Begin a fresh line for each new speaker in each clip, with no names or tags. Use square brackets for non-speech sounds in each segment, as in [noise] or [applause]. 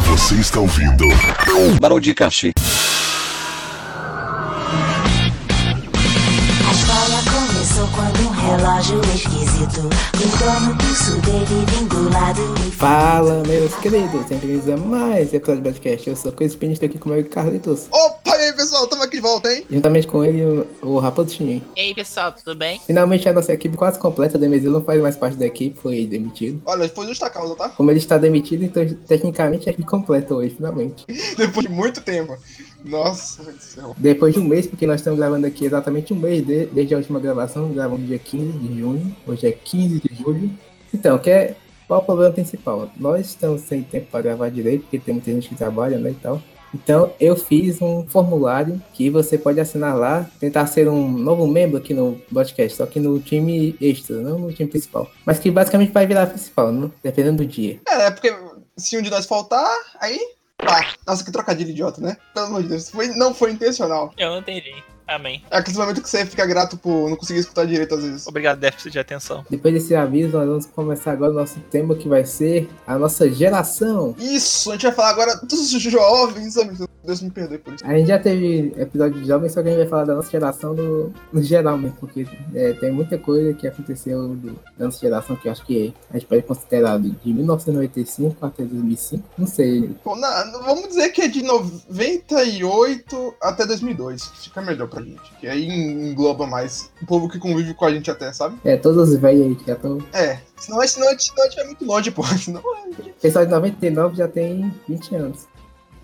Você está ouvindo
Barão de Cachê.
A história começou quando um relógio esquisito gritou no pulso dele vingulado e
Fala, meus queridos, sempre bem-vindos a mais episódio do podcast. Eu sou o Chris Pini, estou aqui com o meu amigo Carlitos.
Opa, e aí pessoal, estamos aqui de volta, hein?
Juntamente com ele, o- o Rapatinho.
E aí, pessoal, tudo bem?
Finalmente, a nossa equipe quase completa, o Demezil não faz mais parte da equipe, foi demitido.
Olha, foi justa causa, tá? [laughs]
Como ele está demitido, então tecnicamente é equipe completa hoje, finalmente.
Depois de muito tempo. Nossa do céu.
Depois de um mês, porque nós estamos gravando aqui exatamente um mês de- desde a última gravação, gravamos dia 15 de junho, hoje é 15 de julho. Então, que é, qual é o problema principal? Nós estamos sem tempo para gravar direito, porque tem muita gente que trabalha, né, e tal. Então, eu fiz um formulário que você pode assinar lá, tentar ser um novo membro aqui no podcast, só que no time extra, não no time principal. Mas que basicamente vai virar principal, né? dependendo do dia.
É, é porque se um de nós faltar, aí. Tá. Nossa, que trocadilho idiota, né? Pelo amor de Deus. Foi, não foi intencional.
Eu não entendi. Amém.
É aquele momento que você fica grato por não conseguir escutar direito às vezes.
Obrigado, déficit de atenção.
Depois desse aviso, nós vamos começar agora o nosso tema, que vai ser a nossa geração.
Isso, a gente vai falar agora dos jovens, amigos. Deus me perdoe por isso.
A gente já teve episódio de jovens, só que a gente vai falar da nossa geração no, no geral mesmo, porque é, tem muita coisa que aconteceu do- da nossa geração que eu acho que a gente pode considerar de 1995 até 2005, não sei.
Bom, na- vamos dizer que é de 98 até 2002, que fica melhor pra gente. Que aí engloba mais o povo que convive com a gente até, sabe?
É, todos os velhos aí que já estão.
É, senão, a gente- senão, a gente- senão a gente vai muito longe, pô. [laughs] Senão
Pessoal de 99 já tem 20 anos.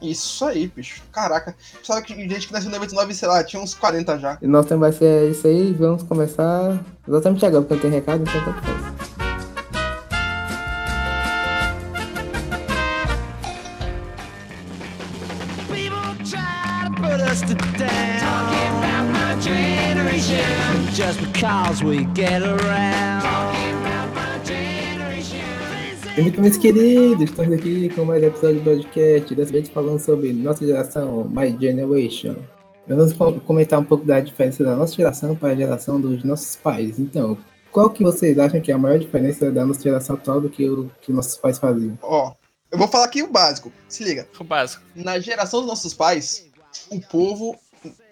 Isso aí, bicho. Caraca. Sabe que gente que nasceu em 99, sei lá, tinha uns 40 já.
E o nosso tema vai ser isso aí, vamos começar exatamente agora, porque eu tenho recado, então tanto faz.
put us to down. Talking about my generation. Just because we get around.
E muito meus queridos, estamos aqui com mais episódio do podcast, dessa vez falando sobre nossa geração, My Generation. Nós vamos co- comentar um pouco da diferença da nossa geração para a geração dos nossos pais. Então, qual que vocês acham que é a maior diferença da nossa geração atual do que o que nossos pais faziam?
Ó, eu vou falar aqui o básico. Se liga.
O um básico.
Na geração dos nossos pais, o povo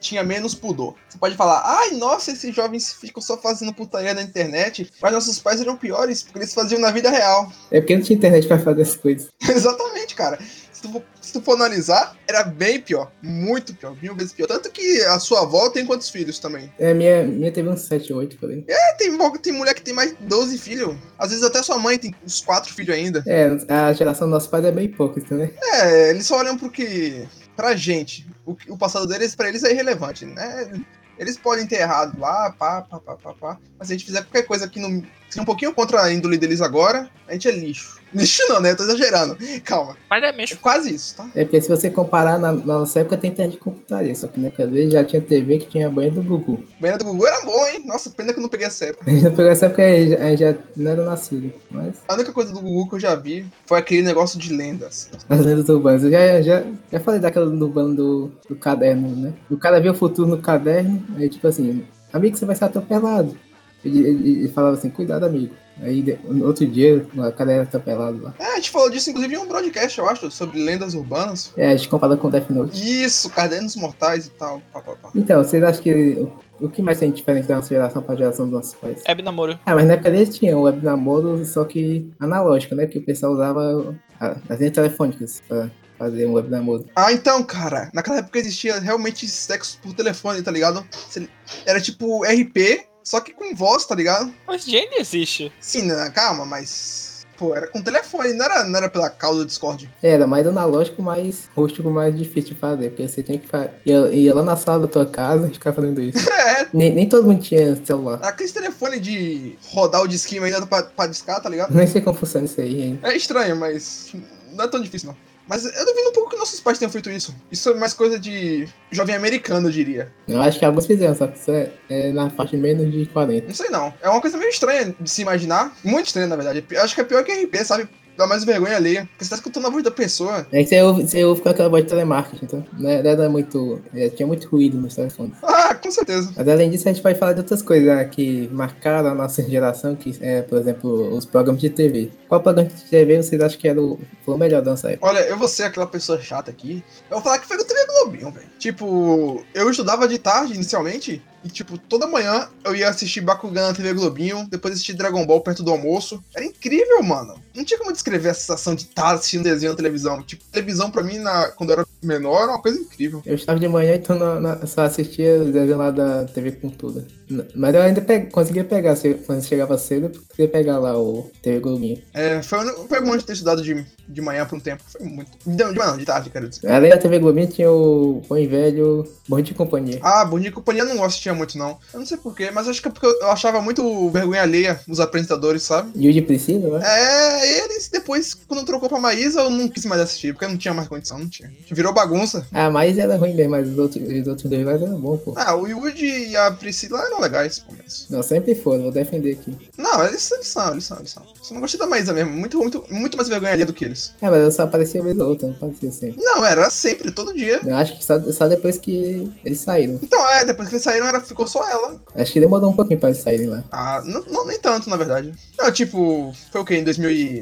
tinha menos pudor. Você pode falar, ai, nossa, esses jovens ficam só fazendo putaria na internet, mas nossos pais eram piores porque eles faziam na vida real. [laughs]
É porque não tinha internet para fazer essas coisas.
Exatamente, cara. Se tu, for, se tu for analisar, era bem pior. Muito pior, mil vezes pior. Tanto que a sua avó tem quantos filhos também?
É, minha, minha teve uns 7, 8, falei.
Tem, mo- tem mulher que tem mais 12 filhos. Às vezes até sua mãe tem uns 4 filhos ainda.
É, a geração dos nossos pais é bem hipócrita, né?
É, eles só olham pro que. pra gente. O, que- o passado deles, pra eles, é irrelevante, né? Eles podem ter errado lá, pá, pá, pá, pá, pá. Mas se a gente fizer qualquer coisa que não. seja um pouquinho contra a índole deles agora, a gente é lixo. [laughs] Lixo não, né? Eu tô exagerando. Calma.
Mas é
É
mesmo.
quase isso, tá?
É porque se você comparar, na, na nossa época tem internet de computaria, só que naquela vez já tinha TV que tinha banho do Google.
Banheira do Gugu era boa, hein? Nossa, pena que eu não peguei essa época.
A gente não pegou [laughs] essa época, aí já, aí já não era nascido, mas...
A única coisa do Gugu que eu já vi foi aquele negócio de lendas.
As lendas urbanas. Eu já, já, já falei daquela do urbano do, do caderno, né? O cara vê o futuro no caderno, aí tipo assim, amigo, você vai ser atropelado. Ele, ele- ele falava assim, cuidado, amigo. Aí de- no outro dia, o cara era atropelado lá.
É, a gente falou disso, inclusive, em um broadcast, eu acho, sobre lendas urbanas.
É, a gente compara com Death Note.
Isso, Cadernos Mortais e tal. Pá, pá, pá.
Então, vocês acham que o- o que mais tem de diferente da nossa geração para a geração dos nossos pais?
É namoro.
Ah, mas na época deles tinha o web namoro, só que analógico, né? Que o pessoal usava a- as linhas telefônicas para fazer um web namoro.
Ah, então, cara, naquela época existia realmente sexo por telefone, tá ligado? Cê- Era tipo RP, só que com voz, tá ligado?
Mas gênio existe.
Sim, né? calma, mas. Pô, era com telefone, não era, não era pela causa do Discord.
Era mais analógico, mais rústico, mais difícil de fazer, porque você tinha que fa- ia, ia lá na sala da tua casa e ficar fazendo isso.
É,
nem, nem todo mundo tinha celular.
era aquele telefone de rodar o disquinho ainda pra, pra discar, tá ligado?
Nem sei como funciona isso aí, hein?
É estranho, mas. Não é tão difícil, não. Mas eu duvido um pouco que nossos pais tenham feito isso. Isso é mais coisa de jovem americano, eu diria.
Eu acho que alguns fizeram, só que isso é, é na parte de menos de 40.
Não sei não. É uma coisa meio estranha de se imaginar. Muito estranha, na verdade. Eu Acho que é pior que RP, sabe? Dá mais vergonha alheia. Porque você tá escutando a voz da pessoa.
É que você ouve, você ouve com aquela voz de telemarketing, então não era muito. é, tinha muito é, ruído nos telefones.
Ah, Ah, com certeza.
Mas além disso, a gente pode falar de outras coisas né, que marcaram a nossa geração, que é, por exemplo, os programas de TV. Qual programa de TV vocês acham que era o, foi o melhor da nossa época?
Olha, eu vou ser aquela pessoa chata aqui. Eu vou falar que foi no TV Globinho, velho. Tipo, eu estudava de tarde inicialmente. E, tipo, toda manhã eu ia assistir Bakugan na TV Globinho. Depois assistir Dragon Ball perto do almoço. Era incrível, mano. Não tinha como descrever a sensação de estar assistindo desenho na televisão. Tipo, televisão pra mim, na, quando eu era menor, era uma coisa incrível.
Eu estava de manhã, então não- não- só assistia os desenhos lá da TV Cultura. N- Mas eu ainda pe- conseguia pegar, se- quando chegava cedo, eu conseguia pegar lá o TV Globinho.
É, foi, um- foi bom de ter estudado de, de manhã por um tempo. Foi muito. Não, de manhã, não, de tarde, quero dizer.
Além da TV Globinho, tinha o Bom e Velho, Bom de Companhia.
Ah, Bonito e Companhia eu não assistia muito, não. Eu não sei porquê, mas acho que é porque eu eu achava muito vergonha alheia os apresentadores, sabe?
E o de Priscila, né?
É, eles depois, quando trocou pra Maísa, eu não quis mais assistir, porque eu não tinha mais condição, não tinha. Virou bagunça.
Ah, mas era ruim mesmo, mas os outros, os outros dois lá eram bons, pô.
Ah, o Yudi e a Priscila eram legais, pelo menos.
Não, sempre foram, vou defender aqui.
Não, eles, eles são, eles são, eles são. Só não gostei da Maísa mesmo, muito, muito, muito mais vergonha alheia do que eles.
É, mas eu só aparecia vez ou outra, não aparecia sempre.
Não, era sempre, todo dia.
Eu acho que só, só depois que eles saíram.
Então, é, depois que eles saíram, era, ficou só ela.
Acho que demorou um pouquinho pra eles saírem lá.
Ah, não, não- nem tanto, na verdade. Não, tipo, foi o quê? Em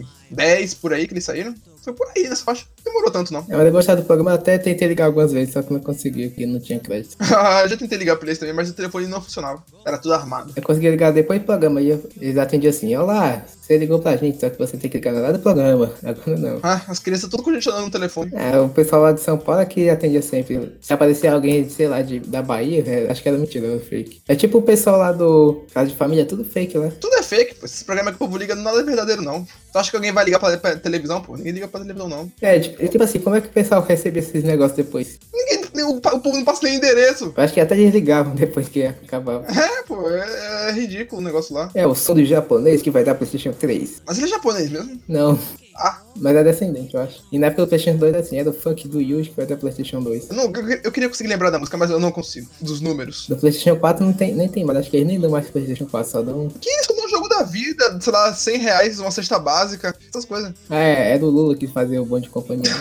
2010, por aí que eles saíram? Foi por aí, nessa faixa. Não demorou tanto, não. [laughs]
É, mas Eu gostava do programa, até tentei ligar algumas vezes, só que não consegui, porque não tinha crédito.
eu Ah, já tentei ligar pra eles também, mas o telefone não funcionava. Era tudo armado.
Eu consegui ligar depois do programa e eu- eles atendiam assim: Olá, você ligou pra gente, só que você tem que ligar lá do programa. [laughs] Agora não.
Ah, as crianças tudo congestionando no telefone.
É, o pessoal lá de São Paulo é que atendia sempre. Se aparecia alguém, sei lá, de, da Bahia, é, acho que era mentira, era fake. É tipo o pessoal lá do Casa de Família, tudo fake né? lá.
Tudo é fake, pô. Esses programas que o povo liga nada é verdadeiro, não. Tu acha que alguém vai ligar pra, pra televisão, pô? Ninguém liga pra televisão, não.
É, tipo, tipo assim, como é que o pessoal recebia esses negócios depois?
Ninguém, nem- o, pa- o povo não passa nem endereço.
Eu acho que até desligavam [laughs] depois que acabava.
É, pô, é, é ridículo o negócio lá.
É o som do japonês que vai dar PlayStation 3.
Mas ele é japonês mesmo?
Não,
Ah,
mas é descendente, eu acho. E na época do PlayStation 2 assim, era o funk do Yuji que vai dar PlayStation 2.
eu, não, eu, eu queria conseguir lembrar da música, mas eu não consigo. Dos números.
Do PlayStation 4 não tem, nem tem mais, acho que eles nem dão mais PlayStation 4, só dão.
Que isso, um jogo da vida, sei lá, 100 reais, uma cesta básica, essas coisas.
Ah, é, era o Lula que fazia o bonde de companhia.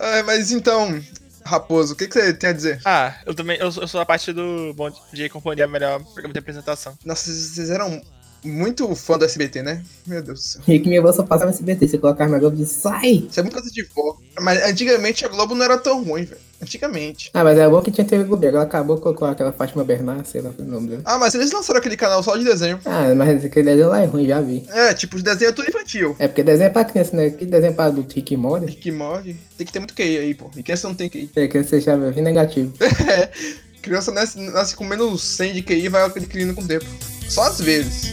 É, mas então, Raposo, o que, que você tem a dizer?
Ah, eu também. Eu, sou- eu sou a parte do Bom Dia e Companhia, é melhor programa de apresentação.
Nossa, vocês vocês eram muito fã do SBT, né? Meu Deus do céu.
e que minha avó só passava SBT, você colocava na Globo e disse, sai!
Isso é muita coisa de vó. Mas antigamente a Globo não era tão ruim, velho. Antigamente.
Ah, mas é bom que tinha TV Globinho. Agora acabou com com aquela Fátima Bernard, sei lá é o nome dela.
Ah, mas eles lançaram aquele canal só de desenho.
Ah, mas aquele desenho lá é ruim, já vi.
É, tipo, os desenhos é tudo infantil.
É porque desenho é pra criança, né? Que desenho pra adulto Rick e Morty?
Que mod. Tem que ter muito QI aí, pô. E criança não tem QI.
É, criança já vi negativo.
Criança nasce, nasce com menos 100 de QI e vai adquirindo com o tempo. Só às vezes.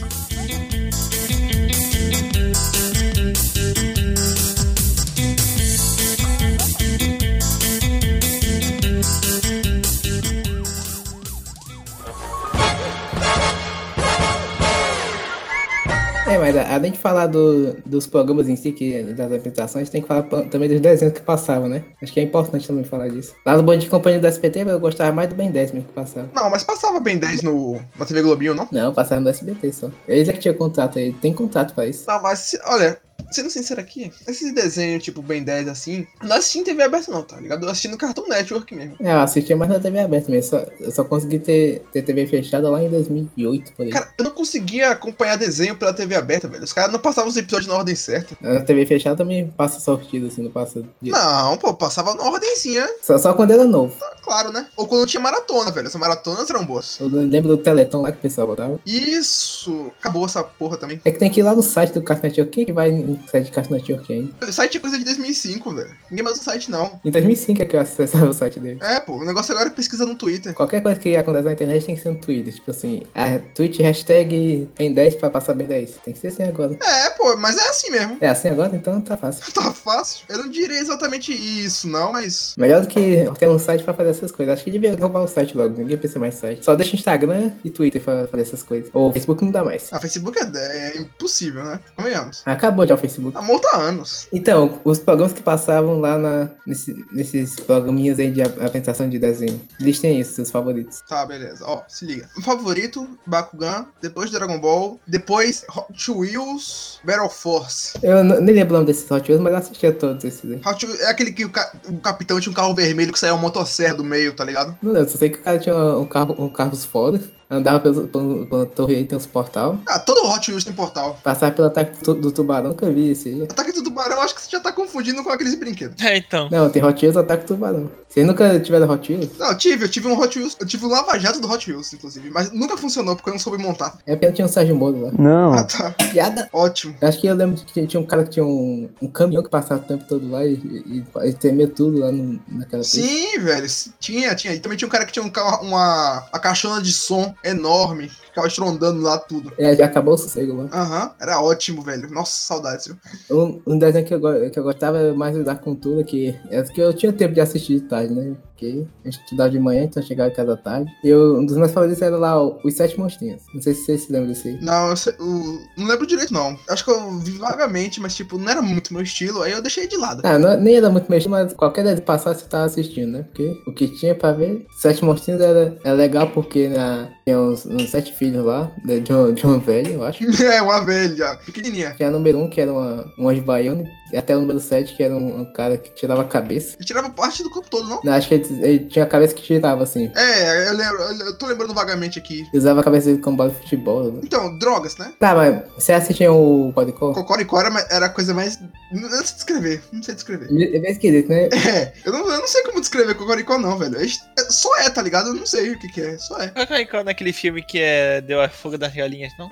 É, mas a- além de falar do- dos programas em si, que, das apresentações, tem que falar pa- também dos desenhos que passavam, né? Acho que é importante também falar disso. Lá no Bom de Companhia do SBT, eu gostava mais do Ben 10 mesmo que passava.
Não, mas passava bem 10 no, na TV Globinho, não?
Não, passava no SBT só. Eles é que tinham contrato aí, tem contrato pra isso.
Não, Tá, mas, se- olha, sendo sincero aqui, esses desenhos tipo Ben 10 assim, eu não assisti em TV aberta não, tá ligado? Eu assisti no Cartoon Network mesmo.
É, eu assistia mais na TV aberta mesmo. Só, eu só consegui ter, ter TV fechada lá em 2008, por aí.
Cara, eu não conseguia acompanhar desenho pela TV aberta, velho. Os caras não passavam os episódios na ordem certa.
Na TV fechada também passa sortido, assim, não passa. de-
Não, pô, passava na ordenzinha,
Só, só quando era novo.
tá claro, né? Ou quando tinha maratona, velho. Essas maratonas eram boas.
Eu lembro do Teleton lá que o pessoal botava.
Isso! Acabou essa porra também.
É que tem que ir lá no site do Cartoon Network. Quem é que vai no site do Cartoon Network ainda?
O site é coisa de 2005, velho. Ninguém mais usa o site, não.
Em 2005 é que eu acessava o site dele.
É, pô, o negócio agora é pesquisa no Twitter.
Qualquer coisa que acontece na internet tem que ser no Twitter. Tipo assim, a tweet hashtag tem 10 pra passar bem 10. Tem que ser assim agora.
É, pô, mas é assim mesmo. [laughs]
É assim agora, então tá fácil.
Tá fácil. Eu não diria exatamente isso, não, mas
Melhor do que ter um site pra fazer essas coisas. Acho que devia roubar o site logo. Ninguém pensa mais em site. Só deixa o Instagram e Twitter pra fazer essas coisas. Ou Facebook não dá mais.
Ah, Facebook é, é impossível, né? Convenhamos.
Acabou já o Facebook.
Amor tá há anos.
Então, os programas que passavam lá na, nesse- nesses programinhas aí de a- apresentação de desenho. Listem isso, seus favoritos.
Tá, beleza. Ó, se liga. Favorito, Bakugan, depois Dragon Ball, depois Hot Wheels, Battle Force.
Eu n- nem lembro o nome desses Hot Wheels, mas eu assistia todos esses aí.
Hot Wheels é aquele que o, ca- o capitão tinha um carro vermelho que saiu uma motosserra do meio, tá ligado?
Não lembro, só sei que o cara tinha um carro, um carros foda, andava pelo- pelo- pela torre aí, tem uns portal.
Ah, todo Hot Wheels tem portal.
Passava pelo ataque do, tu- do tubarão, nunca vi esse aí.
Ataque do Tubarão, acho que você já tá confundindo com aqueles brinquedos.
[laughs] É, então.
Não, tem Hot Wheels, ataque do tubarão. Vocês nunca tiveram Hot Wheels?
Não, eu tive, eu tive um Hot Wheels, eu tive um Lava Jato do Hot Wheels, inclusive, mas nunca funcionou porque eu não soube montar.
É porque tinha um Sérgio Moro lá.
Ah,
Não.
tá.
Piada!
Ótimo.
Acho que eu lembro de que tinha um cara que tinha um, um caminhão que passava o tempo todo lá e, e, e temia tudo lá no- naquela frente.
Sim, velho. s- Tinha, tinha. E também tinha um cara que tinha um ca- uma, uma caixona de som enorme, que ficava estrondando lá tudo.
É, já acabou o sossego lá.
Aham, era ótimo, velho. Nossa, saudades, viu?
Um, um desenho que eu, go- que eu gostava era mais da Contura, que é que eu tinha tempo de assistir de tarde, né? Porque eu estudava de manhã, então eu chegava em casa à tarde. E eu- um dos meus favoritos era lá o- Os Sete Monstrinhos. Não sei se vocês se lembram desse aí.
Não, eu, sei- eu não lembro direito, não. Acho que eu vi vagamente, mas, tipo, não era muito meu estilo, aí eu deixei de lado. [laughs]
Ah, não- nem era muito mexido, mas qualquer desenho que passasse você tava assistindo, né? Porque o que tinha pra ver, Sete Monstrinhos era, era legal porque né, tinha uns, uns sete filhos lá, né, de, um, de um velho, eu acho.
É, uma velha, pequenininha.
Tinha a número um, que era uma, um anjo baiano, e até o número sete, que era um, um cara que tirava a cabeça.
Ele tirava parte do corpo todo, não?
Não, acho que ele, ele tinha a cabeça que tirava, assim.
É, eu lembro, eu eu tô lembrando vagamente aqui.
Usava a cabeça dele como bola de futebol. né?
Então, drogas, né?
Tá, mas você assistia o Podcore?
Cocoricó era, era a coisa mais. Não não sei descrever, não sei descrever.
É bem esquisito, né?
É, eu não, eu não sei como descrever Cocoricó, não, velho. É, é- só é, tá ligado? Eu não sei o que, que é, só é.
Qual que é qual naquele filme que é Deu a Fuga das Galinhas, não?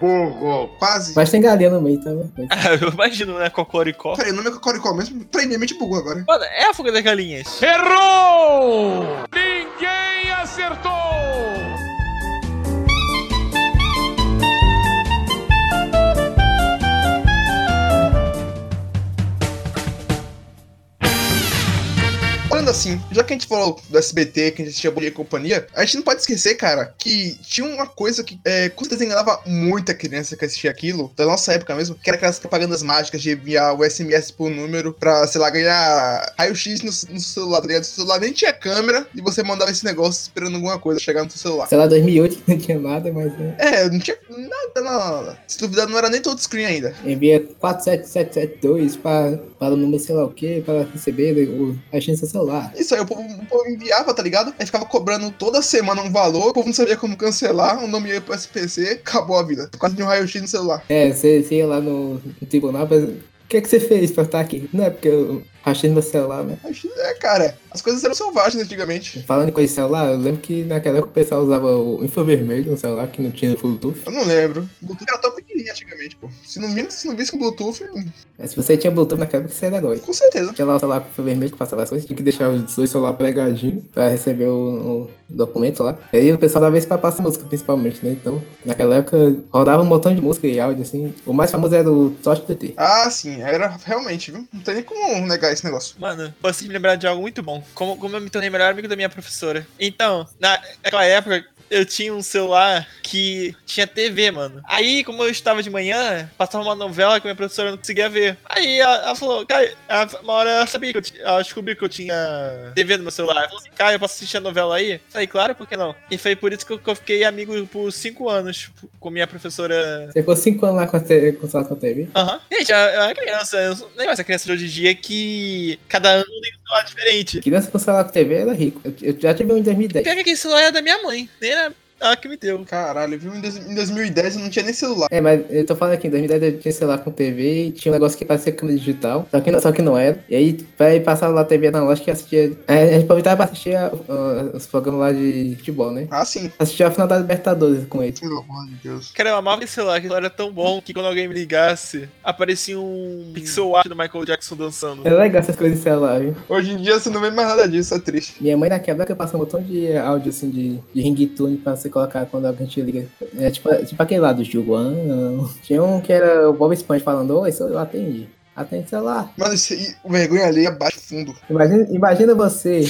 Quase.
Mas tem galinha no meio tá também.
Ah, [laughs] eu imagino, né? Cocoricó.
Peraí, o nome é Cocoricó mesmo? Peraí, minha mente bugou agora.
Mano, é a Fuga das Galinhas.
Falando assim, já que a gente falou do SBT, que a gente tinha Bom Dia e Companhia, a gente não pode esquecer, cara, que tinha uma coisa que é, com certeza enganava muita criança que assistia aquilo, da nossa época mesmo, que era aquelas propagandas mágicas de enviar o SMS por número pra, sei lá, ganhar raio-x no, no celular, tá ligado? O celular nem tinha câmera e você mandava esse negócio esperando alguma coisa chegar no seu celular.
Sei lá, 2008 [laughs] não tinha nada, mas né,
É, não tinha nada, nada. Se duvidar, não era nem touchscreen ainda.
envia 47772 para, para o número sei lá o que, para receber o, a chance do celular.
Isso aí, o povo, o povo enviava, tá ligado? Aí ficava cobrando toda semana um valor, o povo não sabia como cancelar, o nome ia pro SPC, acabou a vida. Por causa de um raio-x no celular.
É, você, você ia lá no, no tribunal, mas o que, é que você fez para estar aqui? Não é porque eu rachei no meu celular, né?
Raio-x, É, cara, as coisas eram selvagens antigamente.
Falando em coisa de celular, eu lembro que naquela época o pessoal usava o infravermelho no celular que não tinha Bluetooth.
Eu não lembro. Bluetooth era tão pequenininho antigamente, pô. Se não, visse, se não visse com Bluetooth, hum,
Mas se você tinha Bluetooth naquela época, você era herói.
com certeza.
Tinha lá o celular com fio vermelho que passava as coisas, tinha que deixar os dois celulares pregadinhos pra receber o, o documento lá. E aí o pessoal dava isso pra passar música, principalmente, né? Então, naquela época, rodava um montão de música e áudio, assim. O mais famoso era o Tosh TT.
Ah, sim, era realmente, viu? Não tem nem como negar esse negócio.
Mano, vocês me lembraram de algo muito bom. Como, como eu me tornei melhor amigo da minha professora. Então, na- naquela época, eu tinha um celular que tinha TV, mano. Aí, como eu estava de manhã, passava uma novela que minha professora não conseguia ver. Aí ela, ela falou, Caio, ela- uma hora ela sabia que eu ti- ela descobriu que eu tinha TV no meu celular. Ela falou assim, Caio, eu posso assistir a novela aí? Eu falei, claro, por que não? E foi por isso que eu, que eu fiquei amigo por cinco anos com minha professora
Você ficou 5 anos lá com a TV, com o celular com a TV.
Aham. Gente, eu eu era criança, eu não lembro essa criança de hoje em dia que cada ano tem um celular diferente.
Criança com celular com TV era rico. Eu, eu já tive um em 2010.
Pior que aquele celular era da minha mãe, nem era ela que me deu.
Caralho, viu? Em, dois- em 2010 eu não tinha nem celular.
É, mas eu tô falando aqui, em 2010 eu tinha celular com TV e tinha um negócio que parecia câmera digital, só que, não, só que não era. E aí, aí passava lá a TV analógica e assistia. aí A gente aproveitava pra assistir a- a- os programas lá de futebol, né?
Ah, sim.
Assistia a final da Libertadores com ele.
Pelo amor de Deus.
Cara, eu amava aquele celular, aquele celular era tão bom que quando alguém me ligasse, aparecia um pixel art do Michael Jackson dançando.
É legal essas coisas de celular, viu?
Hoje em dia você não vê mais nada disso, é triste.
Minha mãe naquela época passou um montão de áudio assim de, de ringtone pra você colocar quando alguém te liga. É tipo, tipo aquele lá do Juan. Tinha um que era o Bob Esponja falando, oi, sou eu, atende. Atende celular.
Mano, isso aí, o vergonha ali abaixo fundo.
Imagina, imagina você,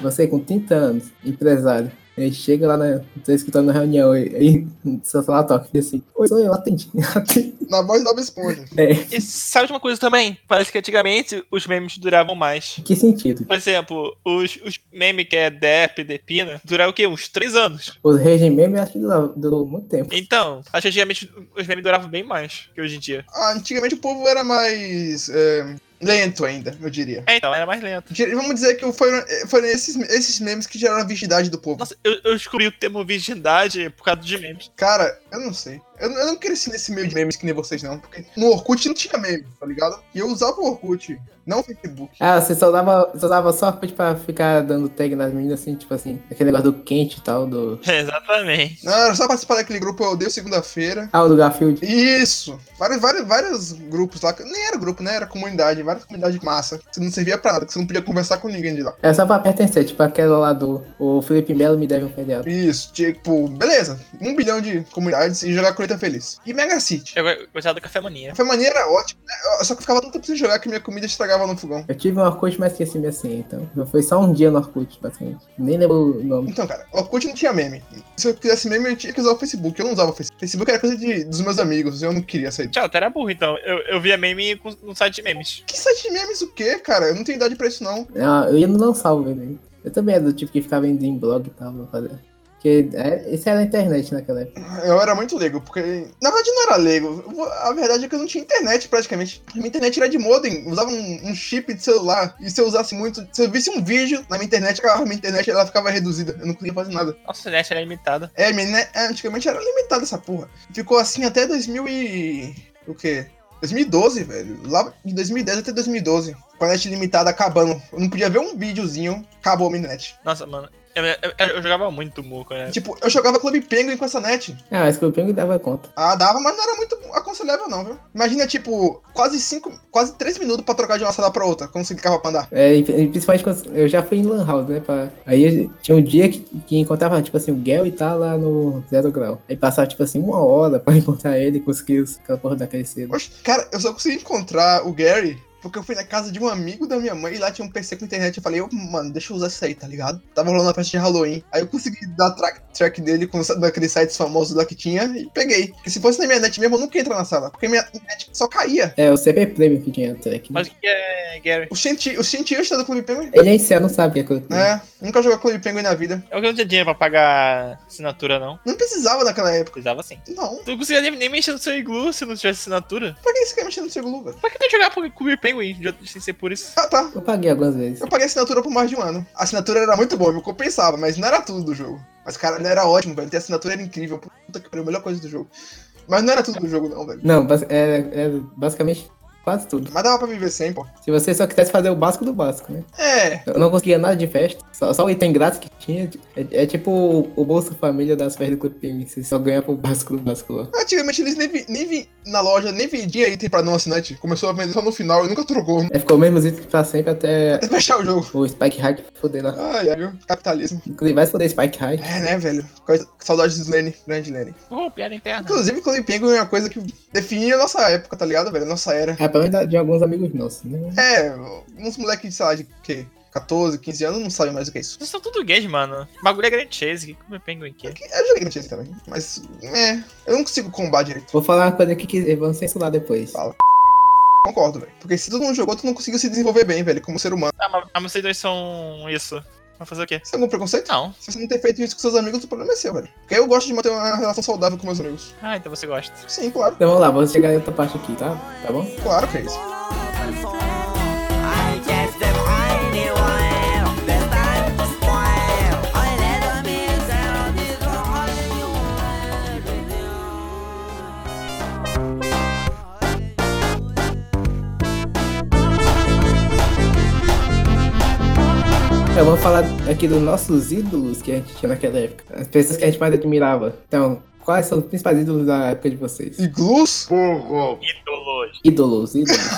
você com 30 anos, empresário. Aí chega lá na. Tô escutando na reunião, aí- aí só lá toca assim, oi, sou eu, atende. [laughs] atende.
Na voz da Bob Esponja.
É,
[laughs] E sabe de uma coisa também? Parece que antigamente os memes duravam mais.
que sentido?
Por exemplo, os, os memes que é Dep, Depina, duraram o quê? Uns três anos.
Os regimem, eu acho que durou- durou muito tempo.
Então, acho que antigamente os memes duravam bem mais que hoje em dia.
Ah, antigamente o povo era mais é, lento ainda, eu diria.
É, então, era mais lento.
Di- Vamos dizer que foram, eh, foram esses, esses memes que geraram a virgindade do povo.
Nossa, eu, eu descobri o termo virgindade por causa
[laughs]
de memes.
Cara, eu não sei. Eu, eu não cresci nesse meio de memes que nem vocês, não. Porque no Orkut não tinha meme, tá ligado? E eu usava o Orkut, não o Facebook.
Ah, você só dava só, dava só tipo, pra ficar dando tag nas meninas, assim, tipo assim, aquele negócio do quente e tal, do.
Exatamente.
Não, era só participar daquele grupo Eu Odeio Segunda-feira.
Ah, o do Garfield.
Isso! Vários, vários, vários grupos lá. que Nem era grupo, né? Era comunidade. Várias comunidades massa. Que não servia pra nada, que você não podia conversar com ninguém de lá.
É só pra pertencer, tipo aquela lá do. O Felipe Melo me deve um pé
Isso, tipo, beleza. Um bilhão de comunidades e jogar colheita feliz. E Mega City.
Eu go- gostava do Café Mania.
Foi maneira era ótima, né? Eu- só que eu ficava tanto tempo sem jogar que minha comida estragava no fogão.
Eu tive um Orkut, mas esqueci minha senha, então. Já Foi só um dia no Orkut, basicamente. Nem lembro o nome.
Então, cara, o Orkut não tinha meme. Se eu quisesse meme, eu tinha que usar o Facebook. Eu não usava o Facebook. Facebook era coisa de, dos meus amigos, eu não queria sair.
Tchau, até era burro, então. Eu, eu via meme com- no site de memes.
Que site de memes o quê, cara? Eu não tenho idade pra isso, não.
Ah, eu ia no lançar o meme. Eu também era do tipo que ficava indo em blog e tal, pra fazer. Porque é, isso era a internet naquela época.
Eu era muito leigo, porque... Na verdade, eu não era leigo. Eu vou- A verdade é que eu não tinha internet, praticamente. Minha internet era de modem. Usava um, um chip de celular. E se eu usasse muito... Se eu visse um vídeo na minha internet, acabava minha internet ela ficava reduzida. Eu não conseguia fazer nada.
Nossa, a internet era limitada.
É, menina, é, antigamente era limitada essa porra. Ficou assim até 2000 e... O quê? 2012, velho. Lá de 2010 até 2012. Com a net limitada acabando. Eu não podia ver um videozinho. Acabou a minha net.
Nossa, mano. Eu, eu- eu jogava muito muco, né?
Tipo, eu jogava Clube Penguin com essa net.
Ah, Scorpion dava conta.
Ah, dava, mas não era muito aconselhável não, viu? Imagina, tipo, quase cinco, quase três minutos pra trocar de uma sala pra outra. Quando você clicava pra andar.
É, e, e principalmente quando eu já fui em Lan House, né? Pra... Aí tinha um dia que, que encontrava, tipo assim, o Gel e tal lá no Zero Grau. Aí passava, tipo assim, uma hora pra [laughs] encontrar ele com os kills, aquela porra daquele cedo.
Oxe, cara, eu só consegui encontrar o Gary porque eu fui na casa de um amigo da minha mãe e lá tinha um PC com internet. Eu falei, ô, mano, deixa eu usar isso aí, tá ligado? Tava rolando a festa de Halloween. Aí eu consegui dar track, track dele com sa- daqueles sites famosos lá que tinha e peguei. Porque se fosse na minha net mesmo, eu nunca ia entrar na sala, porque minha internet só caía.
É, o CP Premium que tinha track. Né?
Mas o que é, Gary?
O cientista, o cientista do Clube Penguin.
Ele em si não sabe o que é Scorpion.
É, nunca jogou Clube Penguin na vida.
Eu que não tinha dinheiro pra pagar assinatura, não.
Não precisava naquela época.
Precisava sim.
Não.
Tu não conseguia nem, nem mexer no seu iglu se não tivesse assinatura.
Pra que você quer mexer no seu Google, velho?
Pra que tu jogar pro Clube Penguin já- sem ser por isso?
Ah, tá.
Eu paguei algumas vezes.
Eu paguei assinatura por mais de um ano. A assinatura era muito boa, me compensava, mas não era tudo do jogo. Mas, cara, não era ótimo, velho. Ter assinatura era incrível. Puta que pariu, a melhor coisa do jogo. Mas não era tudo do jogo, não, velho.
Não, bas- é, é basicamente quase tudo.
Mas dava pra viver sem, pô.
Se você só quisesse fazer o básico do básico, né?
É,
Eu não conseguia nada de festa, só, só o item grátis que tinha. É, é tipo o, o Bolsa Família das festas do Clube Penguin, você só ganha pro básico do básico lá.
antigamente eles nem, vi, nem vi na loja, nem vendia item pra não assinante. Começou a vender só no final e nunca trocou.
Aí É, ficou o mesmo item pra sempre até
Até fechar o jogo.
o Spike High foder lá.
Ai, ai, viu? Capitalismo.
Inclusive, vai se foder Spike High.
É, né, velho? Coisa, saudades do Lenny, grande Lenny.
Pô, piada interna.
Inclusive, Clube Penguin é uma coisa que define a nossa época, tá ligado, velho? A nossa era.
É, pelo menos da- de alguns amigos nossos, né?
É, uns moleques, sei lá, de quê? 14, 15 anos não sabem mais o que é isso.
Vocês são tudo gays, mano. O bagulho é Grand Chase. Que Clube Penguin que é?
Que- Eu joguei no Chase também, mas é, eu não consigo combar direito.
Vou falar uma coisa aqui que vamos censurar depois.
Fala. Concordo, velho. Porque se tu não jogou, tu não conseguiu se desenvolver bem, velho, como ser humano.
Ah, mas, mas vocês dois são isso. Vai fazer o quê?
Você tem algum preconceito?
Não.
Se você não ter feito isso com seus amigos, o problema é seu, velho. Porque eu gosto de manter uma relação saudável com meus amigos.
Ah, então você gosta.
Sim, claro.
Então vamos lá, vamos chegar em outra parte aqui, tá? Tá bom?
Claro que é isso.
I guess them I knew well. Best time to spoil. I let them in, down this
Então, vamos falar aqui dos nossos ídolos que a gente tinha naquela época. As pessoas que a gente mais admirava. Então, quais são os principais ídolos da época de vocês?
Iglus?
Ídolos.
Ídolos, ídolos.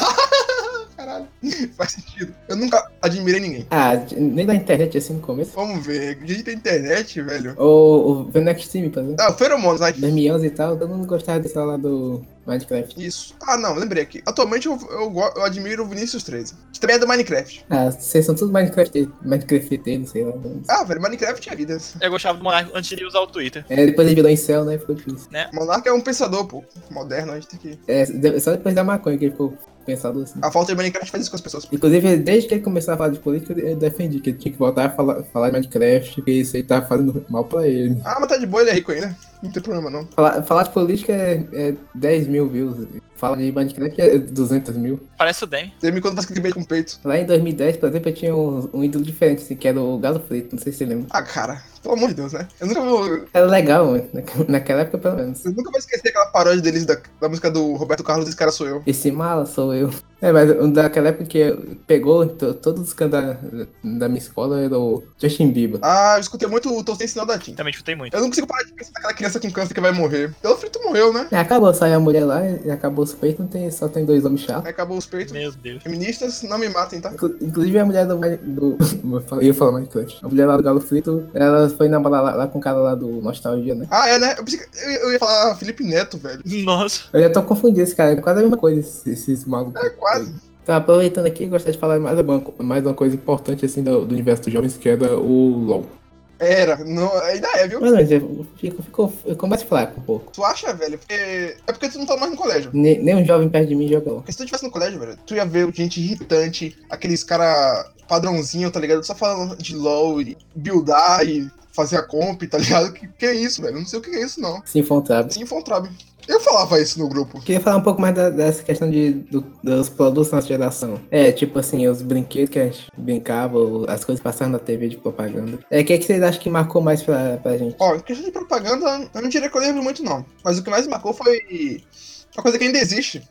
Caralho, [laughs] faz sentido. Eu nunca admirei ninguém.
Ah, nem da internet assim no começo.
Vamos ver, digita internet, velho.
Ou o The Next Team, por exemplo.
Ah, Feromonas, né?
2011 e tal, todo mundo gostava dessa lá do Minecraft.
Isso. Ah, não, lembrei aqui. Atualmente eu, eu, go- eu admiro o Vinícius 13, que também é do Minecraft.
Ah, vocês são todos Minecraft, Minecraft, não sei lá.
Ah, velho, Minecraft é vida.
Eu gostava do Monark antes de usar o Twitter.
É, depois ele virou em céu, né? Ficou difícil.
Monarca é um pensador, pô. Moderno, a gente tem que.
É, de- só depois da maconha que ele ficou pensado assim.
A falta de Minecraft faz isso com as pessoas.
Inclusive, desde que ele começou a falar de política, eu defendi que ele tinha que voltar a falar, falar de Minecraft, porque isso aí tá fazendo mal pra ele.
Ah, mas tá de boa, ele é rico ainda. Não tem problema, não.
Falar, falar de política é, é 10 mil views. assim. Falar de Minecraft é 200 mil.
Parece o Demi.
Ele me conta faz clickbait com o peito.
Lá em 2010, por exemplo, eu tinha um, um ídolo diferente, assim, que era o Galo Frito, não sei se você lembra.
Ah, cara, pelo amor de Deus, né? Eu nunca vou. Eu
Era legal, mano, naque- [laughs] naquela época pelo menos.
nunca vou esquecer aquela paródia deles da, da música do Roberto Carlos, esse cara sou eu.
Esse mala sou eu. É, mas um daquela época que pegou to- todos os candidatos da minha escola era o Justin Bieber.
Ah, eu escutei muito o Torcei Sinal da Tim.
Também chutei muito.
Eu não consigo parar de pensar naquela criança com câncer que vai morrer. Pelo frito morreu, né?
É, Acabou, saiu a mulher lá e acabou os peitos, não tem, só tem dois homens chatos.
Aí acabou os peitos.
Meu Deus.
Feministas, não me matem, tá?
Inclu- Inclusive a mulher do. Mine- do [laughs] eu ia falar Minecraft. A mulher lá do Galo Frito, ela foi namorar lá, lá com o cara lá do Nostalgia, né?
Ah, é, né? Eu, pensei que- eu- eu ia falar Felipe Neto, velho.
[laughs] Nossa.
Eu já tô confundindo esse cara, é quase a mesma coisa, esses, esses malucos.
É, quase.
Tá, aproveitando aqui, gostaria de falar mais uma, co- mais uma coisa importante assim do, do universo dos jovens, que era o LOL.
Era. Não, ainda é, viu?
Ah, Mas, mas eu- ficou, ficou, ficou mais fraco um pouco.
Tu acha, velho? Porque... É porque tu não tá mais no colégio.
Ne- Nenhum jovem perto de mim joga LOL.
Porque se tu estivesse no colégio, velho, tu ia ver gente irritante, aqueles cara padrãozinho, tá ligado? Só falando de LOL e buildar e fazer a comp, tá ligado? Que, que é isso, velho? Eu Não sei o que é isso, não.
Se encontrava.
Sim, foi um trabe. Eu falava isso no grupo.
Queria falar um pouco mais da- dessa questão de, do- dos produtos na geração. É, tipo assim, os brinquedos que a gente brincava, ou as coisas passando na TV de propaganda. É, o que, é que vocês acham que marcou mais pra, pra gente?
Ó, em questão de propaganda, eu não diria que eu lembro muito, não. Mas o que mais me marcou foi uma coisa que ainda existe,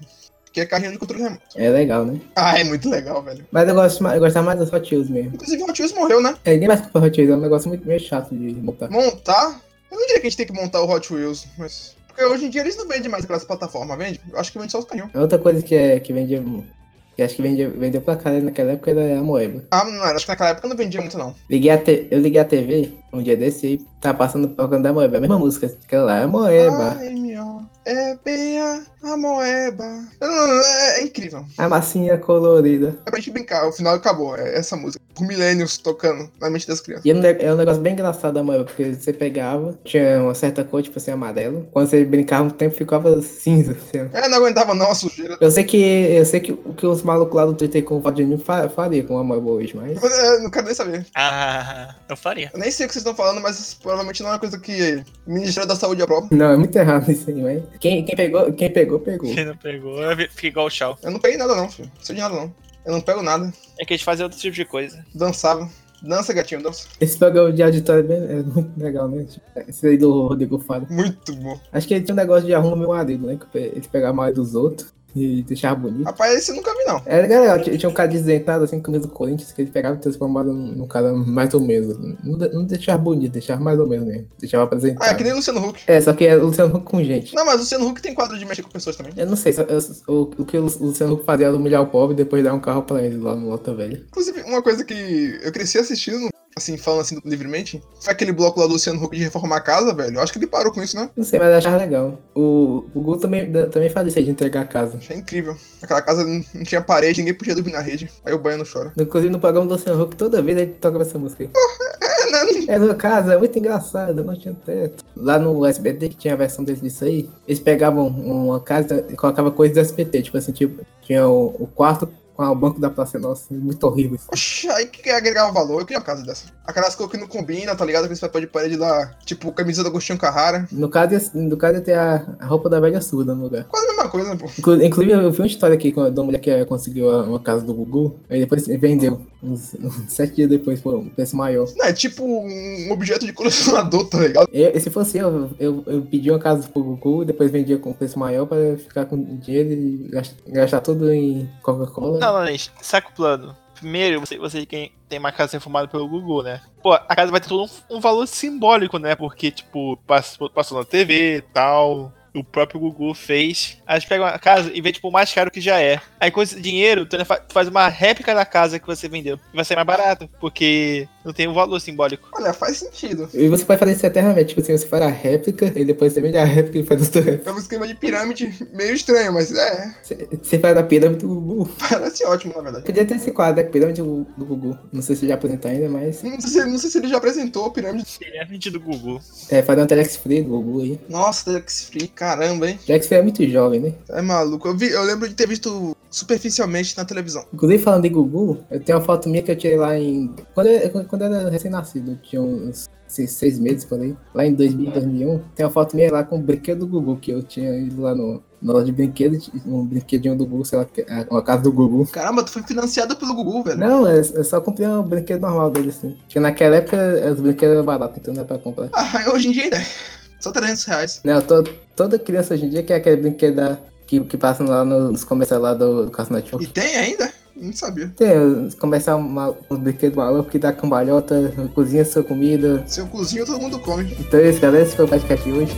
que é carrinho de controle remoto.
É legal, né?
Ah, é muito legal, velho.
Mas eu, gosto, ma- eu gostava mais dos Hot Wheels mesmo.
Inclusive, o Hot Wheels morreu, né?
É, ninguém mais compra Hot Wheels, é um negócio muito meio chato de montar.
Montar? Eu não diria que a gente tem que montar o Hot Wheels, mas... Porque hoje em dia eles não vendem mais aquelas plataformas, vende? Eu acho que vende só os carrinhos.
Outra coisa que, é, que vendia... Que acho que vendia, vendeu pra caralho naquela época era a Moeba.
Ah, não, acho que naquela época não vendia muito, não.
Liguei a te- eu liguei a TV um dia desse e tá passando o programa da Moeba. A mesma música, aquela lá, é Moeba.
Ai, meu, é bem a moeba. Não, não, não, é, é incrível.
A massinha colorida.
É pra gente brincar, o final acabou, é essa música. Por milênios tocando na mente das crianças.
E é um ne- é um negócio bem engraçado da Moeba, porque você pegava, tinha uma certa cor, tipo assim, amarelo. Quando você brincava um tempo, ficava cinza, assim. ó.
É, não aguentava não a sujeira.
Eu sei que eu sei que o que os malucos lá do Twitter com o Valdinho fa faria com a Moeba hoje, mas.
É, não quero nem saber.
Ah, eu faria.
Eu nem sei o que vocês estão falando, mas provavelmente não é uma coisa que o Ministério da Saúde aprova.
Não, é muito errado isso aí, mas. Quem, quem pegou, quem pegou, pegou.
Quem não pegou, eu vi- fiquei igual o Shaw.
Eu não peguei nada não, filho. Não sei de nada não. Eu não pego nada.
É que a gente fazia outro tipo de coisa.
Dançava. Dança, gatinho, dança.
Esse programa de auditório é, bem- é muito legal, né? Esse aí do Rodrigo Faro.
Muito bom.
Acho que ele tinha um negócio de arruma meu marido, né? Que pe- ele pegava mais dos outros e deixava bonito.
Rapaz, esse eu nunca vi não.
Era legal, tinha tinha um cara desdentado assim, camisa do Corinthians, que ele pegava e transformava num num cara mais ou menos. Não, de- não deixava bonito, deixava mais ou menos mesmo. Deixava apresentado.
Ah, é que nem Luciano Huck.
É, só que é o Luciano Huck com gente.
Não, mas Luciano Huck tem quadro de mexer com pessoas também.
Eu não sei, só- eu- o, o que o Lu- o Luciano Huck fazia era humilhar o pobre e depois dar um carro pra ele lá no Lota Velha.
Inclusive, uma coisa que eu cresci assistindo, assim, falando assim livremente, foi aquele bloco lá do Luciano Huck de reformar a casa, velho. Eu acho que ele parou com isso, né?
Não sei, mas eu achava legal. O, o Gu também, da- também fazia isso aí de entregar a casa.
Achei incrível. Aquela casa não não tinha parede, ninguém podia dormir na rede. Aí o banho não chora.
Inclusive no programa do Luciano Huck, toda vez ele toca essa música aí.
É, né? [laughs]
É no caso, é muito engraçado, não tinha teto. Lá no SBT que tinha a versão deles disso aí, eles pegavam uma casa e colocavam coisas do SBT, tipo assim, tipo, tinha o, o quarto com o banco da Praça Nossa, muito horrível. isso.
Oxi, aí que agregava valor. Eu queria uma casa dessa. Aquelas coisas que não combina, tá ligado? Aqueles papel de parede lá, tipo, camisa do Agostinho Carrara.
No caso, ia- no caso ia ter a, a roupa da velha surda no lugar.
Quase a mesma coisa, pô.
Inclu- Inclusive, eu vi uma história aqui com a- de uma mulher que conseguiu a- uma casa do Gugu, aí depois vendeu, uns, uns sete dias depois, por um preço maior.
Não, é tipo um objeto de colecionador, tá ligado?
Eu, se fosse eu, eu, eu pedia uma casa pro Gugu, depois vendia com preço maior pra ficar com dinheiro e gastar, gastar tudo em Coca-Cola.
Não, não, gente, saca o plano. Primeiro, você, você quem tem uma casa reformada pelo Google, né? Pô, a casa vai ter todo um, um valor simbólico, né? Porque, tipo, passou, passou na TV e tal. o próprio Gugu fez. Aí eles pegam a casa e vê, tipo, o mais caro que já é. Aí com esse dinheiro, tu ainda fa- faz uma réplica da casa que você vendeu. E vai sair mais barato, porque não tem um valor simbólico.
Olha, faz sentido.
E você pode fazer isso eternamente, tipo assim, você faz a réplica, e depois você vende a réplica e faz outra réplica.
É um esquema de pirâmide meio estranho, mas é. [laughs]
Você- Você faz a pirâmide do Gugu.
Parece ótimo, na verdade.
Podia ter esse quadro, a pirâmide do do Gugu. Não sei se já apresentar ainda, mas.
Não sei, se, não sei se ele já apresentou a pirâmide.
É do Gugu.
É, fazer um Telex Free do Gugu aí.
Nossa, Dex Free, caramba, hein?
Telex Free é muito jovem, né?
É maluco. Eu, vi- eu lembro de ter visto superficialmente na televisão.
Inclusive, falando de Gugu, eu tenho uma foto minha que eu tirei lá em. Quando eu, quando eu era recém-nascido, eu tinha uns seis, seis meses por aí. Lá em 2000, 2001, tem uma foto minha lá com o brinquedo do Gugu, que eu tinha ido lá no. Na loja de brinquedos, um brinquedinho do Gugu, sei lá, que é uma casa do Gugu.
Caramba, tu foi financiado pelo Gugu, velho.
Não, eu, eu só comprei um brinquedo normal dele, assim. Porque naquela época os brinquedos eram baratos, então não era pra comprar.
Ah, [laughs] hoje em dia, né? Só 300 reais.
Não, to, toda criança hoje em dia quer aquele brinquedo da- que, que passa lá nos comerciais lá do, do Cartoon Network.
E tem ainda? Não sabia.
Tem os- começar uma, um brinquedo maluco que dá cambalhota, cozinha sua comida.
Seu cozinho todo mundo come.
Então é isso, galera. Esse foi o podcast de hoje.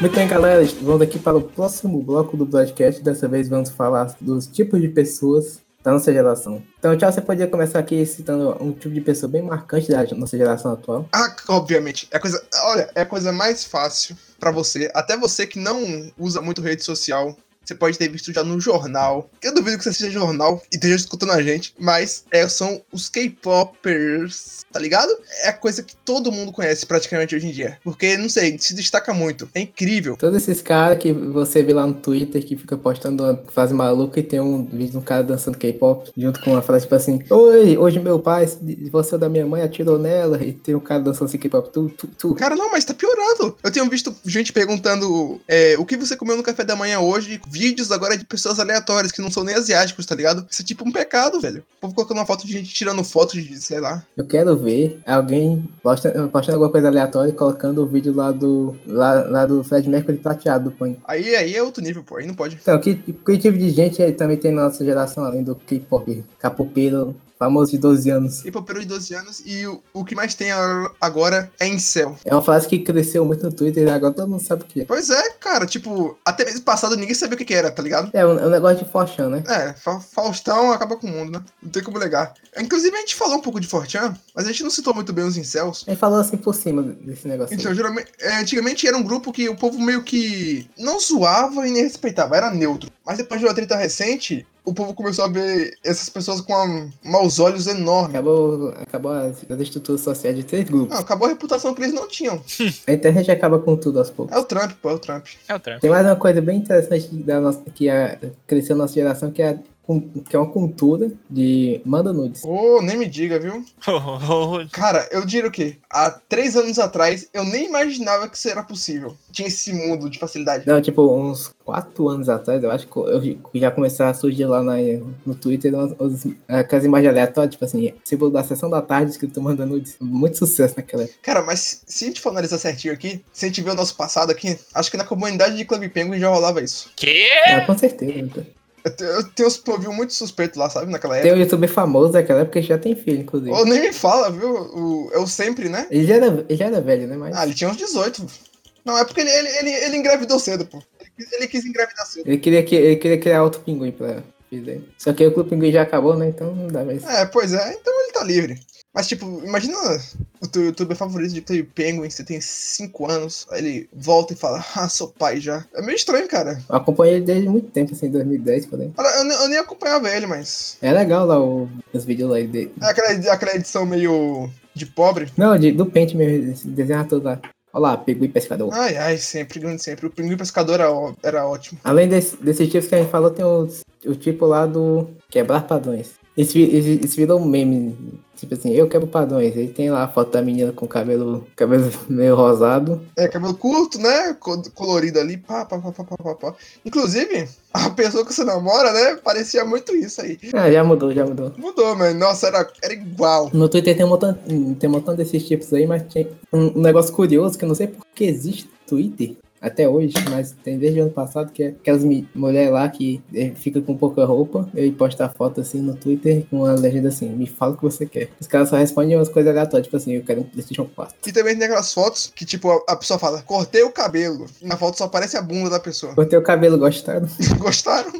Muito bem, galera. Vamos aqui para o próximo bloco do podcast. Dessa vez vamos falar dos tipos de pessoas da nossa geração. Então, tchau, você podia começar aqui citando um tipo de pessoa bem marcante da nossa geração atual.
Ah, obviamente. É a coisa, olha, é a coisa mais fácil pra você, até você que não usa muito rede social. Você pode ter visto já no jornal. Eu duvido que você seja jornal e esteja escutando a gente, mas é, são os K-popers, tá ligado? É a coisa que todo mundo conhece praticamente hoje em dia. Porque, não sei, se destaca muito. É incrível.
Todos esses caras que você vê lá no Twitter que fica postando uma frase maluca e tem um vídeo de um cara dançando K-pop junto com uma frase tipo assim: Oi, hoje meu pai, você ou da minha mãe atirou nela e tem um cara dançando assim, K-pop. Tu, tu, tu.
Cara, não, mas tá piorando. Eu tenho visto gente perguntando é, o que você comeu no café da manhã hoje. Vídeos agora de pessoas aleatórias que não são nem asiáticos, tá ligado? Isso é tipo um pecado, velho. O povo colocando uma foto de gente tirando foto de, sei lá.
Eu quero ver alguém posta- postando, alguma coisa aleatória e colocando o vídeo lá do, lá, lá do Fred Mercury prateado do Pânico.
Aí, aí é outro nível, pô. Aí não pode.
Então, que, que tipo de gente aí também tem na nossa geração, além do K-pop, capopeiro, famoso de 12 anos?
E papel de 12 anos. E o, o que mais tem a- agora é incel.
É uma frase que cresceu muito no Twitter e agora todo mundo sabe o que é.
Pois é, cara. Tipo, até mês passado ninguém sabia o que, que era, tá ligado?
É um, é um negócio de forchão, né?
É, Fa- Faustão acaba com o mundo, né? Não tem como negar. Inclusive, a gente falou um pouco de Fortran, mas a gente não citou muito bem os incels.
Ele falou assim por cima desse negócio. aí.
Então, geralmente, é, antigamente era um grupo que o povo meio que não zoava e nem respeitava, era neutro. Mas depois de uma treta recente, o povo começou a ver essas pessoas com uma- maus olhos enormes.
Acabou, acabou as, as estruturas sociais de três grupos.
Não, acabou a reputação que eles não tinham.
A internet acaba com tudo aos poucos.
É o Trump, pô, é o Trump.
É o [laughs] Trump.
Tem mais uma coisa bem interessante da nossa, que a- cresceu na nossa geração, que é, a cul- que é uma cultura de manda nudes.
Ô, nem me diga, viu? Cara, eu diria o quê? Há três anos atrás, eu nem imaginava que isso era possível. Tinha esse mundo de facilidade.
Não, tipo, uns quatro anos atrás, eu acho que eu já começava a surgir lá na- no Twitter umas- umas- aquelas imagens aleatórias, tipo assim, símbolo da sessão da tarde escrito manda nudes. Muito sucesso naquela época.
Cara, mas se a gente for analisar certinho aqui, se a gente ver o nosso passado aqui, acho que na comunidade de Club Penguin já rolava isso.
Que?
Ah, com certeza. né?
Eu, te- eu tenho uns povinhos muito suspeitos lá, sabe, naquela época.
Tem um youtuber famoso daquela época que já tem filho, inclusive.
Ou nem me fala, viu? O, eu sempre, né?
Ele já era, ele já era velho, né? Mas
Ah, ele tinha uns 18. Não, é porque ele, ele, ele, ele engravidou cedo, pô. Ele quis, ele quis engravidar cedo.
ele, queria, que- ele queria criar outro pinguim pra filho dele. Só que aí o Clube Pinguim já acabou, né? Então não dá mais.
É, pois é, então ele tá livre. Mas, tipo, imagina o teu youtuber favorito de Clay Penguin, você tem 5 anos, aí ele volta e fala, ah, sou pai já. É meio estranho, cara.
Eu acompanhei ele desde muito tempo, assim, 2010, por aí.
Olha, Eu, ne- eu nem acompanhava ele, mas.
É legal lá o- os vídeos lá dele.
É aquela, edi- aquela edição meio de pobre.
Não, de, do pente mesmo, esse desenhar tudo lá. Olha lá, pinguim pescador.
Ai, ai, sempre, grande sempre. O Pinguim Pescador era, ó- era ótimo.
Além desse- desses tipos que a gente falou, tem os- o tipo lá do tipo quebrar padrões. Isso, vi- isso, isso virou um meme. Tipo assim, eu quero padrões. Aí tem lá a foto da menina com cabelo, cabelo [laughs] meio rosado.
É, cabelo curto, né? Co- Colorido ali, pá, pá, pá, pá, pá, pá, pá. Inclusive, a pessoa que você namora, né? Parecia muito isso aí.
Ah, já mudou, já mudou.
Mudou, mano. Nossa, era, era igual.
No Twitter tem um montão, tem um montão desses tipos aí, mas tem um um negócio curioso que eu não sei porque existe Twitter até hoje, mas tem desde o ano passado que é aquelas mi- mulher lá que eh, fica com pouca roupa e posta a foto assim no Twitter com uma legenda assim, me fala o que você quer. Os caras só respondem umas coisas aleatórias, tipo assim, eu quero um Playstation 4.
E também tem aquelas fotos que, tipo, a, a pessoa fala, cortei o cabelo. E na foto só aparece a bunda da pessoa. [laughs]
Cortei o cabelo, gostaram?
Gostaram?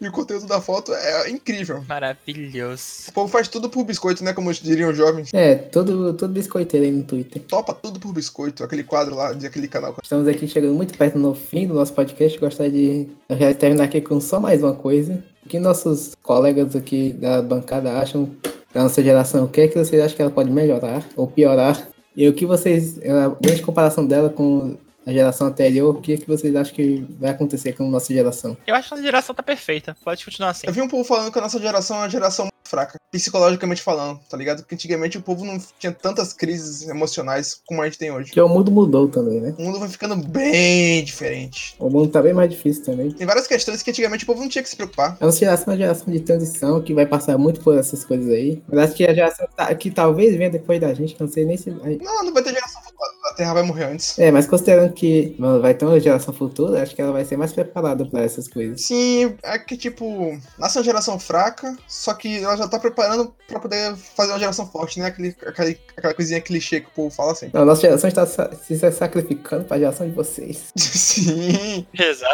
e o conteúdo da foto é incrível.
Maravilhoso.
O povo faz tudo por biscoito, né? Como diriam os jovens.
É, todo, todo biscoiteiro aí no Twitter.
Topa tudo por biscoito. Aquele quadro lá, de aquele canal.
Estamos aqui chegando muito perto no fim do nosso podcast. Gostaria de eu já terminar aqui com só mais uma coisa. O que nossos colegas aqui da bancada acham da nossa geração? O que é que vocês acham que ela pode melhorar ou piorar? E o que vocês, a grande comparação dela com a geração anterior, o que é que vocês acham que vai acontecer com a nossa geração?
Eu acho que a geração tá perfeita. Pode
[laughs]
continuar assim.
Eu vi um povo falando que a nossa geração é uma geração muito fraca, psicologicamente falando, tá ligado? Porque antigamente o povo não tinha tantas crises emocionais como a gente tem hoje.
Porque o mundo mudou também, né?
O mundo vai ficando bem diferente.
O mundo tá bem mais difícil também.
Tem várias questões que antigamente o povo não tinha que se preocupar.
A nossa geração é uma geração de transição que vai passar muito por essas coisas aí. Mas acho que a geração tá- que talvez venha depois da gente, que eu não sei nem se
Não, não vai ter geração futura, a Terra vai morrer antes.
É, mas considerando que mano, vai ter uma geração futura, acho que ela vai ser mais preparada pra essas coisas.
Sim, é que tipo, nasce uma geração fraca, só que ela já tá preparando pra poder fazer uma geração forte, né? Aquele, aquele, aquela coisinha clichê que o povo fala assim.
Não, a nossa geração está sa- se sacrificando pra geração de vocês.
[laughs] Sim,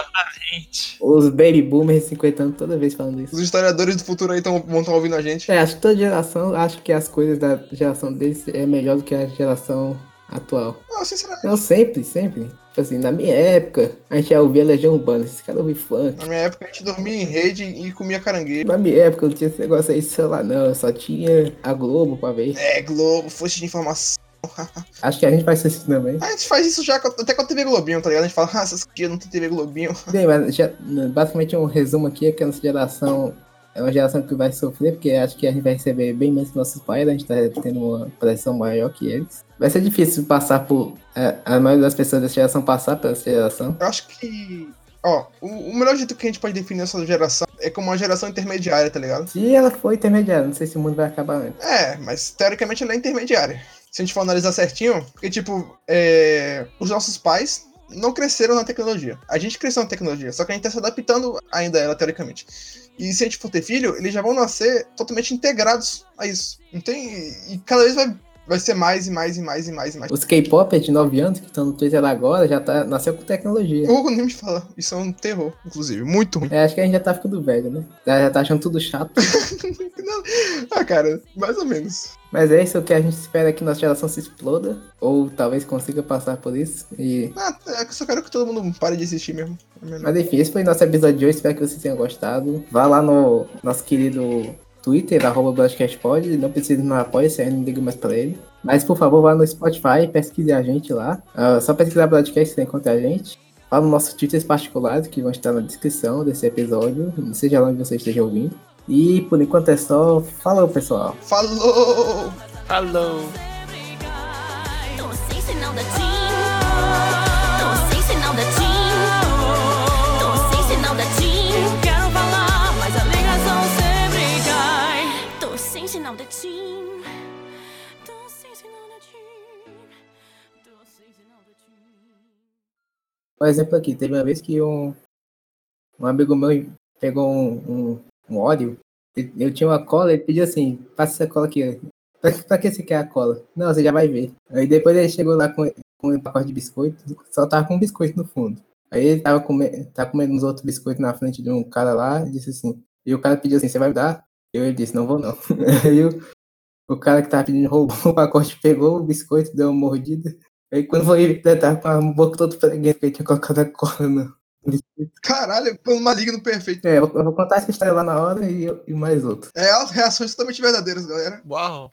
Exatamente.
Os baby boomers 50 anos toda vez falando isso.
os historiadores do futuro aí tão, vão estar ouvindo a gente.
É, acho que toda geração acha que as coisas da geração deles é melhor do que a geração atual.
Não, sinceramente.
Não, sempre, sempre. Tipo assim, na minha época, a gente já ouvia Legião Urbana, esses caras ouviam funk.
Na minha época a gente dormia em rede e comia caranguejo.
Na minha época, eu não tinha esse negócio aí, sei lá, não. Eu só tinha a Globo pra ver.
É, Globo, fonte de informação.
Acho que a gente vai ser assim também.
A gente faz isso já com- até com a TV Globinho, tá ligado? A gente fala, ah, essas aqui não tem TV Globinho.
Bem, mas já- basicamente um resumo aqui é que a nossa geração é uma geração que vai sofrer, porque acho que a gente vai receber bem menos que nossos pais, a gente tá tendo uma pressão maior que eles. Vai ser difícil passar por. é, A, maioria das pessoas dessa geração passar pela essa geração.
Eu acho que. Ó, o, o melhor jeito que a gente pode definir essa geração é como uma geração intermediária, tá ligado?
Se ela for intermediária, não sei se o mundo vai acabar antes.
É, mas teoricamente ela é intermediária. Se a gente for analisar certinho, porque, tipo, é, os nossos pais não cresceram na tecnologia. A gente cresceu na tecnologia, só que a gente tá se adaptando ainda a ela, teoricamente. E se a gente for ter filho, eles já vão nascer totalmente integrados a isso. Não tem. E cada vez vai, vai ser mais e mais e mais e mais e mais.
Os K-popers de 9 anos que estão no Twitter agora já tá, nasceu com tecnologia.
Ou nem me fala, isso é um terror, inclusive, muito ruim. [laughs]
É, acho que a gente já tá ficando velho, né? Já, já tá achando tudo chato.
Não, ah, cara, mais ou menos.
Mas é isso que a gente espera que nossa geração se exploda. Ou talvez consiga passar por isso. E
Ah, eu só quero que todo mundo pare de existir mesmo. É melhor.
né? Mas enfim, esse foi nosso episódio de hoje. Espero que vocês tenham gostado. Vá lá no nosso querido Twitter, arroba BlastcastPod. Não precisa ir no Apoia-se, ainda não ligo mais pra ele. Mas por favor, vá no Spotify, pesquise a gente lá. Ah, só pesquisar Broadcast, você encontra a gente. Vá nos nossos títulos particulares, que vão estar na descrição desse episódio, seja lá onde você esteja ouvindo. E por enquanto é só. Falou, pessoal!
Falou!
Falou.
Tô sem sinal da TIM. Tô sem sinal da TIM. Tô sem sinal da TIM. Quero falar, mas a ligação sempre cai. Tô sem sinal da TIM. Tô sem sinal da TIM. Tô sem sinal da TIM.
Por exemplo, aqui, teve uma vez que um, um amigo meu pegou um, um, um óleo, e- eu tinha uma cola, ele pediu assim, passa essa cola aqui. ó. Pra, que- pra que você quer a cola? Não, você já vai ver. Aí depois ele chegou lá com, com um pacote de biscoito, só tava com um biscoito no fundo. Aí ele tava, come, tava comendo uns outros biscoitos na frente de um cara lá, e disse assim, e o cara pediu assim, você vai me dar? Eu ele disse, não vou não. [laughs] Aí o, o cara que tava pedindo roubou o pacote, pegou o biscoito, deu uma mordida. Aí quando foi ele tava com a boca toda preguiça que ele tinha colocado a cola no.
Caralho, plano maligno perfeito.
É, eu vou eu vou contar essa história lá na hora e, eu- e mais outro.
É, reações totalmente verdadeiras, galera.
Uau.